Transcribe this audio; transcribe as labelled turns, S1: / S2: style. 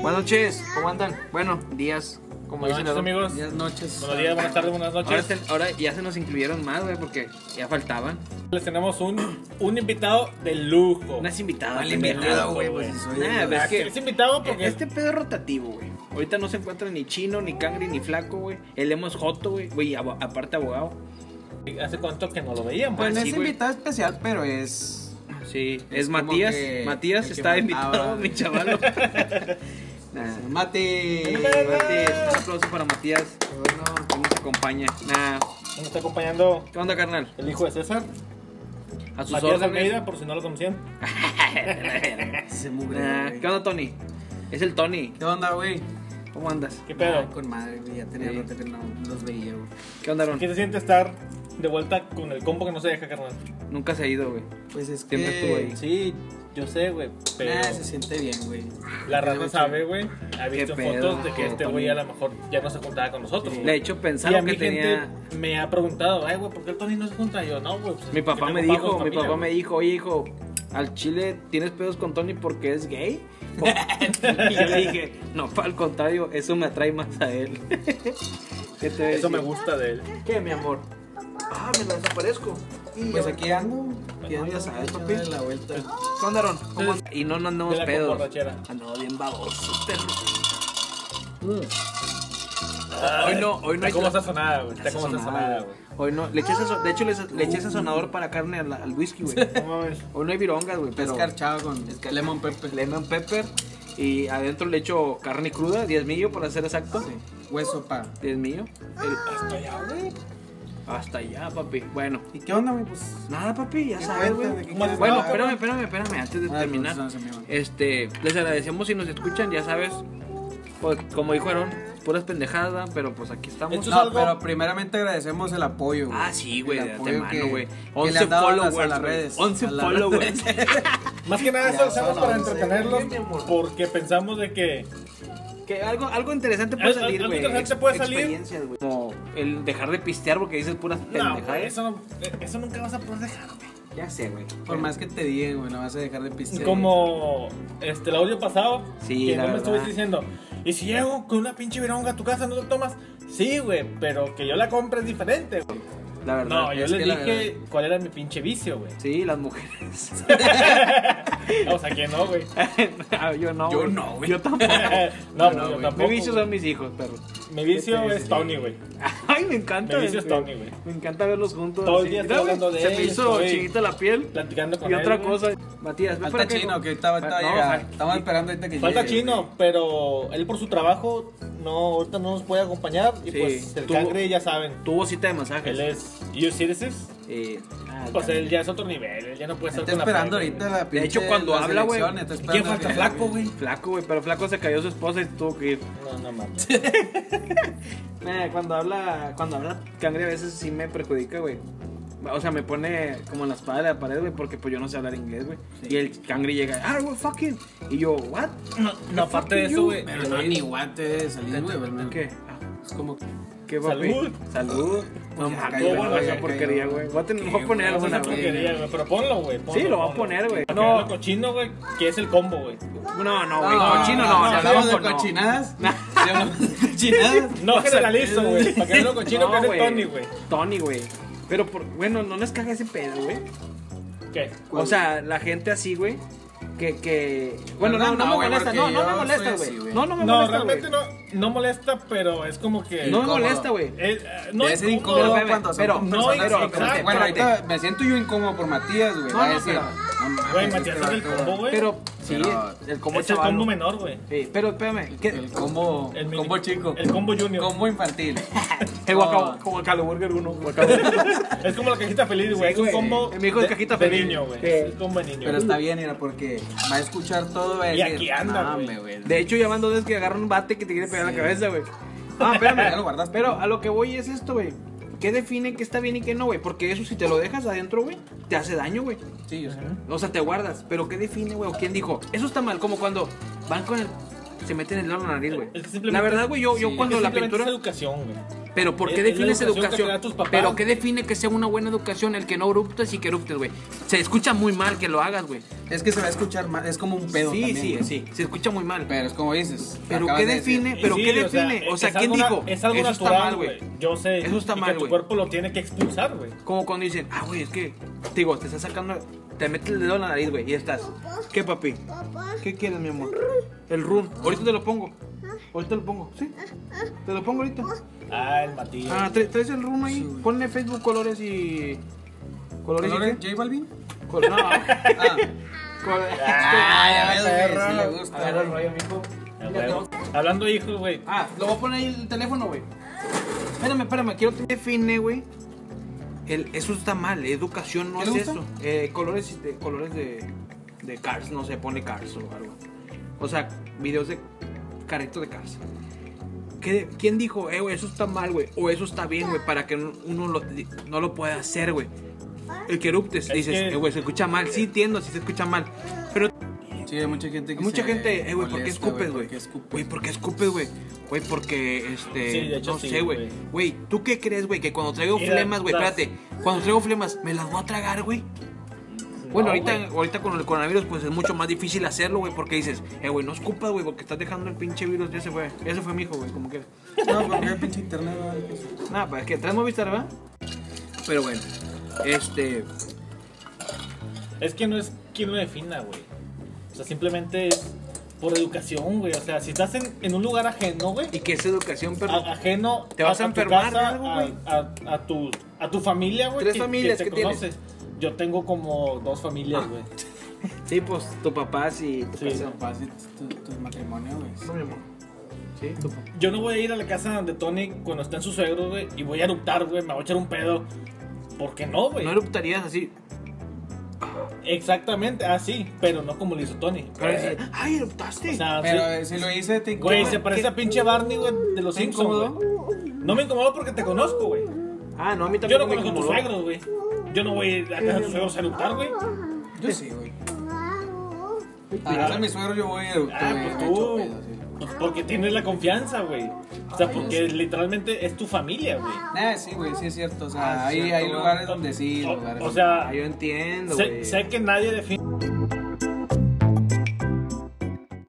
S1: Buenas noches, ¿cómo andan? Bueno, días, como
S2: Buenas
S1: dicen
S2: noches,
S1: los
S2: amigos.
S3: Buenas noches.
S2: Buenos días, buenas tardes, buenas
S1: Ahora,
S2: noches. Oh.
S1: se- ahora ya se nos incluyeron más, güey, porque ya faltaban.
S2: Les tenemos un, un invitado de lujo.
S1: Unas invitadas.
S3: Mal
S1: también,
S3: invitado,
S2: loco,
S3: güey.
S2: güey.
S3: Pues soy
S1: Nah,
S3: el-
S1: güey.
S2: Ah,
S1: es que-
S2: es invitado
S1: güey.
S2: porque
S1: Este pedo es rotativo, güey. Ahorita no se encuentra ni chino, ni cangri, ni flaco, güey. El emo es joto, güey. Güey, abo- aparte abogado.
S2: hace cuánto que no lo veíamos.
S1: Pues,
S3: Bueno,
S1: sí,
S3: es
S1: güey.
S3: invitado especial, pero es.
S1: Sí, es,
S3: Es como
S1: Matías.
S3: que-
S1: Matías
S3: el que
S1: está
S3: faltaba,
S1: invitado,
S3: güey.
S1: mi chaval. Nah,
S3: eh, Mate.
S1: Matías, un aplauso para Matías,
S3: Bueno,
S1: que nos acompaña. Nah,
S2: Nos está acompañando
S1: ¿qué onda, carnal?
S2: el hijo de César,
S1: A sus
S2: Matías
S1: órdenes.
S2: Almeida, por si no lo conocían.
S3: se mugre.
S1: Nah,
S3: güey.
S1: ¿Qué onda, Tony? Es el Tony.
S3: ¿Qué onda, güey?
S1: ¿Cómo andas?
S2: ¿Qué pedo?
S3: Ah, con madre, güey. Ya tenía
S1: Sí.
S3: rato que no los veía, güey.
S1: ¿Qué onda, Ron?
S2: ¿Qué se siente estar de vuelta con el combo que no se deja, carnal?
S1: Nunca se ha ido, güey.
S3: Pues es que.
S1: Siempre estuvo ahí.
S2: Sí, yo sé, güey, pero
S1: Ah,
S3: Nah, se siente bien, güey.
S2: la raza
S3: Tiene
S2: sabe, güey. Ha
S1: Qué
S2: visto
S1: pedo,
S2: fotos de que este
S1: Tony.
S2: güey a lo mejor ya no se juntaba con nosotros. güey.
S1: Le he hecho pensar
S2: y a
S1: que
S2: mi
S1: tenía.
S2: gente me ha preguntado, ay, güey, ¿por qué el Tony no se junta? Y yo, no, güey. pues,
S1: Mi papá
S2: tengo
S1: me dijo,
S2: pagos,
S1: mi
S2: familia,
S1: papá me
S2: güey".
S1: dijo, oye, hijo, al chile tienes pedos con Tony porque es gay. y yo le dije, no, al contrario, eso me atrae más a él. ¿Qué te voy a
S2: Eso me
S1: decir?
S2: gusta de él.
S1: ¿Qué, mi amor? Ah, me lo desaparezco. Y
S3: Pues
S1: yo-
S3: aquí ando. Aquí
S1: Bueno,
S3: ando,
S1: ya
S3: ya
S1: sabes,
S3: sabes,
S1: papi. Pues,
S3: la vuelta. Ah,
S1: ¿Qué onda, Ron? ¿Cómo andas? Y no nos andamos
S2: De la
S1: pedos.
S2: comborrachera.
S1: Andamos bien babosos, perro. Hoy no, hoy no
S2: Ah, Está
S1: hay
S2: como
S1: tra-
S2: sazonada, güey. Está como sazonada, güey.
S1: Hoy no, le eché sazon- de hecho le, le eché sazonador para carne al, al whisky, güey.
S2: No mames.
S1: Hoy no hay virongas, güey,
S3: Está
S1: pero
S3: escarchado con lemon pepper.
S1: lemon pepper y adentro le echo carne cruda, 10 millo para ser exacto.
S3: Sí. Ah, Hueso, pa.
S1: 10 millo. Hasta allá, güey. Hasta allá, papi. Bueno,
S3: ¿Y qué onda, güey? Pues.
S1: nada, papi, ya
S3: ¿Qué
S1: sabes,
S3: cuentas?
S1: güey.
S3: ¿De qué
S1: Bueno,
S3: quieres
S1: bueno,
S3: hablar?
S1: espérame, espérame, espérame, antes de
S3: Ah,
S1: terminar.
S3: pues, no, se me va.
S1: Este, les agradecemos si nos escuchan, ya sabes. Pues, como dijo Aaron, puras pendejadas, ¿verdad? pero pues aquí estamos.
S2: Esto es
S3: No,
S2: algo-
S3: pero primeramente agradecemos el apoyo, güey.
S1: Ah, sí, güey,
S3: El
S1: de
S3: apoyo
S1: antemano,
S3: que-
S1: güey.
S3: que le
S1: 11
S3: han dado a las- a
S1: followers,
S3: las
S1: güey.
S3: redes.
S1: 11
S3: A las
S1: followers.
S3: redes.
S2: Más que nada
S3: Ya,
S2: eso lo hacemos
S3: no,
S2: para
S3: no sé.
S2: entretenerlos
S1: Sí, mi amor.
S2: porque pensamos de que
S1: Que algo, algo interesante puede
S2: Algo-
S1: salir,
S2: algo
S1: güey.
S2: interesante puede salir.
S1: Experiencias, güey. Como el dejar de pistear porque dices puras
S2: no, güey,
S1: pendejadas.
S2: eso, no- eso nunca vas a poder dejar. güey.
S1: ya sé, güey.
S3: Por más que te digan, güey, no vas a dejar de pistear.
S2: Como este el audio pasado
S1: Sí,
S2: que
S1: la
S2: no me
S1: verdad.
S2: estuviste diciendo, ¿y si llego con una pinche vironga a tu casa no te tomas? Sí, güey, pero que yo la compre es diferente. güey.
S1: La verdad.
S2: No, yo
S3: es
S2: les
S3: que la
S2: dije cuál era mi pinche vicio, güey.
S1: Sí, las mujeres.
S2: O sea, que no, güey.
S1: Ah, yo no.
S3: Yo no, güey.
S1: Yo tampoco.
S2: No,
S3: No,
S2: no, yo
S3: güey.
S2: tampoco.
S1: Mi vicio
S2: güey.
S1: son mis hijos, perro.
S2: Mi vicio es Tony, güey.
S1: Ay, me encanta.
S2: Mi vicio es
S1: güey.
S2: Tony, güey.
S1: Me encanta verlos juntos.
S2: Todo el
S1: así.
S2: día estoy
S1: Mira, güey,
S2: hablando de
S1: Se
S2: él,
S1: me hizo
S2: estoy
S1: chiquita la piel.
S2: Platicando con
S1: Y
S2: él,
S1: otra
S2: güey.
S1: cosa. Matías, ven para
S3: Falta
S1: acá,
S3: chino,
S1: güey.
S3: que ahorita va
S1: No,
S3: a llegar.
S1: fal-
S3: Estamos esperando ahorita que
S2: Falta
S3: llegue,
S2: chino,
S3: güey.
S2: pero él por su trabajo no, ahorita no nos puede acompañar. Y
S1: Sí,
S2: pues el
S1: tú-
S2: cangre ya saben.
S1: Tuvo cita de masajes.
S2: Él es EU Citizens.
S1: Eh, ah,
S2: Pues él ya es otro nivel, él ya no puede estar
S3: Está
S2: con la
S3: esperando
S2: plebe,
S3: ahorita
S2: güey.
S3: la
S1: De hecho,
S3: pinche-
S1: cuando
S3: las
S1: habla, güey.
S3: elecciones, está
S2: ¿Quién
S3: esperando
S2: falta
S3: que-
S2: flaco, güey?
S1: Flaco, güey, pero Flaco se cayó su esposa y se tuvo que ir.
S2: No, no mames.
S1: Eh, cuando habla, cuando habla Cangre a veces sí me perjudica, güey. O sea, me pone como en la espada de la pared, güey, porque pues yo no sé hablar inglés, güey. Y el Cangre llega, ah, güey, fucking. Y yo, what?
S2: No, no, aparte de eso, güey.
S3: Pero no, ni guante de salir, güey. al menos.
S1: ¿Qué? Ah,
S3: Es como que.
S1: ¿Qué, papi?
S2: Salud.
S1: Salud. No
S3: Ya
S1: mames,
S3: cayó,
S1: güey,
S2: ya
S1: esa
S2: cayó.
S1: porquería, güey. Voy a tener- voy a poner
S2: Es
S1: alguna,
S2: una
S1: güey.
S2: porquería, güey. Pero ponlo, güey. ponlo,
S1: Sí, lo voy a
S2: ponlo.
S1: poner, güey.
S2: Para
S1: No.
S2: que vean lo cochino, güey. Que es el combo, güey.
S1: No, no, güey. Cochino no,
S3: Si
S1: no,
S3: Ah, hablamos de
S1: no.
S3: cochinadas. si hablamos de cochinadas.
S2: No generalizo, güey. Para que vean lo cochino que es el Tony, güey.
S1: Tony, güey. Pero, por, bueno, no les caga ese pedo, güey.
S2: ¿Qué?
S1: O sea, la gente así, güey. Que, que. Bueno, no,
S3: No,
S1: no,
S3: no,
S1: me
S3: güey,
S1: molesta,
S3: porque
S1: no, no me
S3: yo
S1: molesta,
S3: soy así,
S1: güey.
S3: güey.
S1: No, no me
S2: No,
S1: molesta.
S2: realmente
S1: güey.
S2: no, no molesta, pero es como que.
S1: No me
S3: Incómodo.
S1: molesta, güey.
S2: Es, eh, no
S3: Debe
S2: es
S3: ser
S1: Pero,
S2: incómodo.
S3: incómodo
S1: espérame,
S3: cuando
S1: pero-
S2: no,
S3: son personas
S2: pero-
S3: que como que-
S2: exacto,
S3: Bueno,
S1: Ah, espérate.
S3: ahorita me siento yo incómodo por Matías, güey.
S1: No,
S3: va a
S1: no,
S3: decir,
S1: pero-
S3: no mames,
S2: Güey,
S3: este
S2: Matías es
S3: vato-
S2: el combo, güey.
S1: Pero, sí,
S3: Pero-
S1: el combo
S2: es el
S1: chaval.
S2: combo menor, güey.
S1: Sí, pero espérame. ¿qué?
S3: El combo.
S2: El mini-
S3: combo chico.
S2: El combo junior.
S3: Combo infantil.
S1: El
S3: No.
S1: guacabo, como el Caliburger 1. guacabo.
S2: Es como la cajita feliz, güey.
S1: Sí,
S2: es un
S1: güey.
S2: combo.
S1: Mi hijo es cajita feliz.
S2: niño, güey.
S1: Sí.
S2: Es un combo de niño.
S3: Pero está bien, mira, porque va a escuchar todo. va a
S2: Y
S3: decir,
S2: aquí anda,
S3: "No,
S2: güey".
S3: hombre, güey.
S1: De hecho, ya van dos veces que agarran un bate que te quiere pegar en
S3: Sí.
S1: la cabeza, güey. Ah, espérame.
S3: Ya lo guardaste.
S1: Pero a lo que voy es esto, güey. ¿Qué define que está bien y qué no, güey? Porque eso si te lo dejas adentro, güey, te hace daño, güey.
S3: Sí, yo sé.
S1: O sea, te guardas. Pero ¿qué define, güey? ¿O quién dijo? Eso está mal, como cuando van con el... Se meten el dedo en la nariz, güey.
S2: Es que simplemente-
S1: La verdad, güey, yo, yo
S3: sí,
S1: cuando
S2: Es
S1: la
S2: simplemente
S1: pintura...
S2: Es educación, güey.
S1: Pero ¿por qué
S2: Es- es la
S1: defines
S2: educación que
S1: educación?
S2: te dan tus papás,
S1: Pero ¿qué
S2: güey.
S1: define que sea una buena educación el que no eruptes y que eruptes, güey? Se escucha muy mal que lo hagas, güey.
S3: Es que se va a escuchar mal, es como un pedo
S1: sí,
S3: también,
S1: sí,
S3: güey.
S1: sí. Se escucha muy mal.
S3: Pero es como dices.
S1: Pero
S3: acabas
S1: ¿qué
S3: de decir.
S1: define? Pero
S2: Y
S1: ¿qué
S2: o sea,
S1: define? O
S2: es-
S1: sea,
S2: es
S1: ¿quién
S2: algo na-
S1: dijo?
S2: Es algo
S1: Eso está
S2: natural,
S1: mal,
S2: güey.
S1: güey.
S2: Yo sé.
S1: Eso está
S2: y
S1: mal,
S2: que tu
S1: güey.
S2: cuerpo lo tiene que expulsar, güey.
S1: Como cuando dicen, ah, güey, es que, te digo, te estás sacando, te metes el dedo en la nariz, güey, y estás. ¿Qué, papi?
S4: Papá,
S1: ¿Qué quieres, mi amor? El rum. Ahorita te lo pongo. Ahorita lo pongo, ¿sí? Te lo pongo ahorita.
S2: Ah, el Matías.
S1: Ah, tra- traes el rum ahí.
S3: Sí, güey.
S1: Ponle Facebook colores y. ¿Colores,
S3: ¿Colores
S1: y qué?
S3: J Balvin?
S1: Col- no.
S3: Ah,
S1: Col-
S3: Ah, ya ves, güey,
S2: perro.
S3: sí le
S1: A ver,
S3: gusta.
S1: el
S3: güey.
S1: rollo, mijo.
S2: Ah, huevo. Hablando de hijos, güey.
S1: Ah, lo voy a poner ahí el teléfono, güey. Espérame, espérame, quiero te define, güey. El, eso está mal, educación no
S3: ¿Qué
S1: es
S3: le gusta?
S1: eso. Eh, colores de, colores de, de Cars, no sé, pone Cars o algo. O sea, videos de carritos de Cars. ¿Qué- ¿Quién dijo, eh, güey, eso está mal, güey? O eso está bien, güey, para que no- uno lo- no lo pueda hacer, güey. El que eruptes,
S2: Es
S1: dices,
S2: que-
S1: eh, güey, se escucha mal. Sí, entiendo, sí se escucha mal. Pero
S3: Sí, hay mucha gente
S1: hay
S3: que
S1: mucha
S3: se
S1: gente, eh, güey, ¿por qué
S3: molesta,
S1: escupes,
S3: ¿Por
S1: güey?
S3: qué escupes?
S1: Güey, ¿por qué escupes, güey? Güey, porque, este,
S2: Sí, de hecho
S1: no
S2: sí,
S1: sé, güey.
S2: güey.
S1: Güey, ¿tú qué crees, güey? Que cuando traigo
S2: Mira,
S1: flemas, güey,
S2: las-
S1: espérate. Cuando traigo flemas, ¿me las voy a tragar, güey? Bueno,
S2: No,
S1: ahorita,
S2: güey.
S1: ahorita con el coronavirus, pues es mucho más difícil hacerlo, güey, porque dices, eh, güey, no escupas, güey, porque estás dejando el pinche virus. Ya se fue, ya se fue mi hijo, güey, como que.
S3: No, porque el pinche internet va a dar cosas.
S1: Nada, pues es que traes Movistar, ¿verdad? Pero bueno, este.
S2: Es que no es quien lo defina, güey. O sea, simplemente es por educación, güey. O sea, si estás en, en un lugar ajeno, güey.
S1: ¿Y qué es educación, perro?
S2: a- Ajeno
S1: Te vas a
S2: tu
S1: enfermar
S2: casa,
S1: de algo,
S2: a-
S1: güey.
S2: a, a tu, a tu familia, güey.
S1: Tres familias
S2: te
S1: que tienes. Ah.
S2: conoce. Yo tengo como dos familias, güey.
S1: Sí, pues tu papá sí. tu
S2: Sí.
S1: casa.
S3: Capaz y tu, tu matrimonio, güey.
S1: No, mi amor. Sí, tu papá.
S2: Yo no voy a ir a la casa donde Tony cuando están sus suegros, güey. Y voy a eruptar, güey. Me voy a echar un pedo. ¿Por qué no, güey?
S1: No eruptarías así.
S2: Exactamente, así. pero no como lo hizo Tony. Eh,
S1: Pero dices, ay, eruptaste.
S2: O sea,
S3: Pero
S2: sí.
S3: eh, si lo hice, te
S2: Güey,
S3: incomoda.
S2: se parece a pinche Barney, güey, de los
S1: ¿Te
S2: Simpsons,
S1: incomodó?
S2: güey. No me incomodó porque te conozco, güey.
S1: ah, no, a mí también
S2: Yo no
S1: me
S2: conozco a tus
S1: incomodó.
S2: suegros, güey. Yo no voy a ir a casa de tus suegros a saludar, güey.
S3: Yo sí, güey. A
S2: Ah,
S3: casa de mi suegro yo voy a eructar,
S2: Ah,
S3: güey,
S2: pues
S3: me echo
S2: tú.
S3: pedo, sí.
S2: Pues porque tienes la confianza, güey. O sea, porque literalmente es tu familia, güey.
S3: Nah, Eh, sí, güey, sí es cierto. O sea,
S1: Ah,
S3: hay,
S1: cierto,
S3: hay
S1: güey.
S3: lugares donde sí,
S2: O,
S3: lugares
S2: o
S3: donde-
S2: sea,
S1: Ah, yo entiendo,
S2: sé,
S1: güey.
S2: sé que nadie define.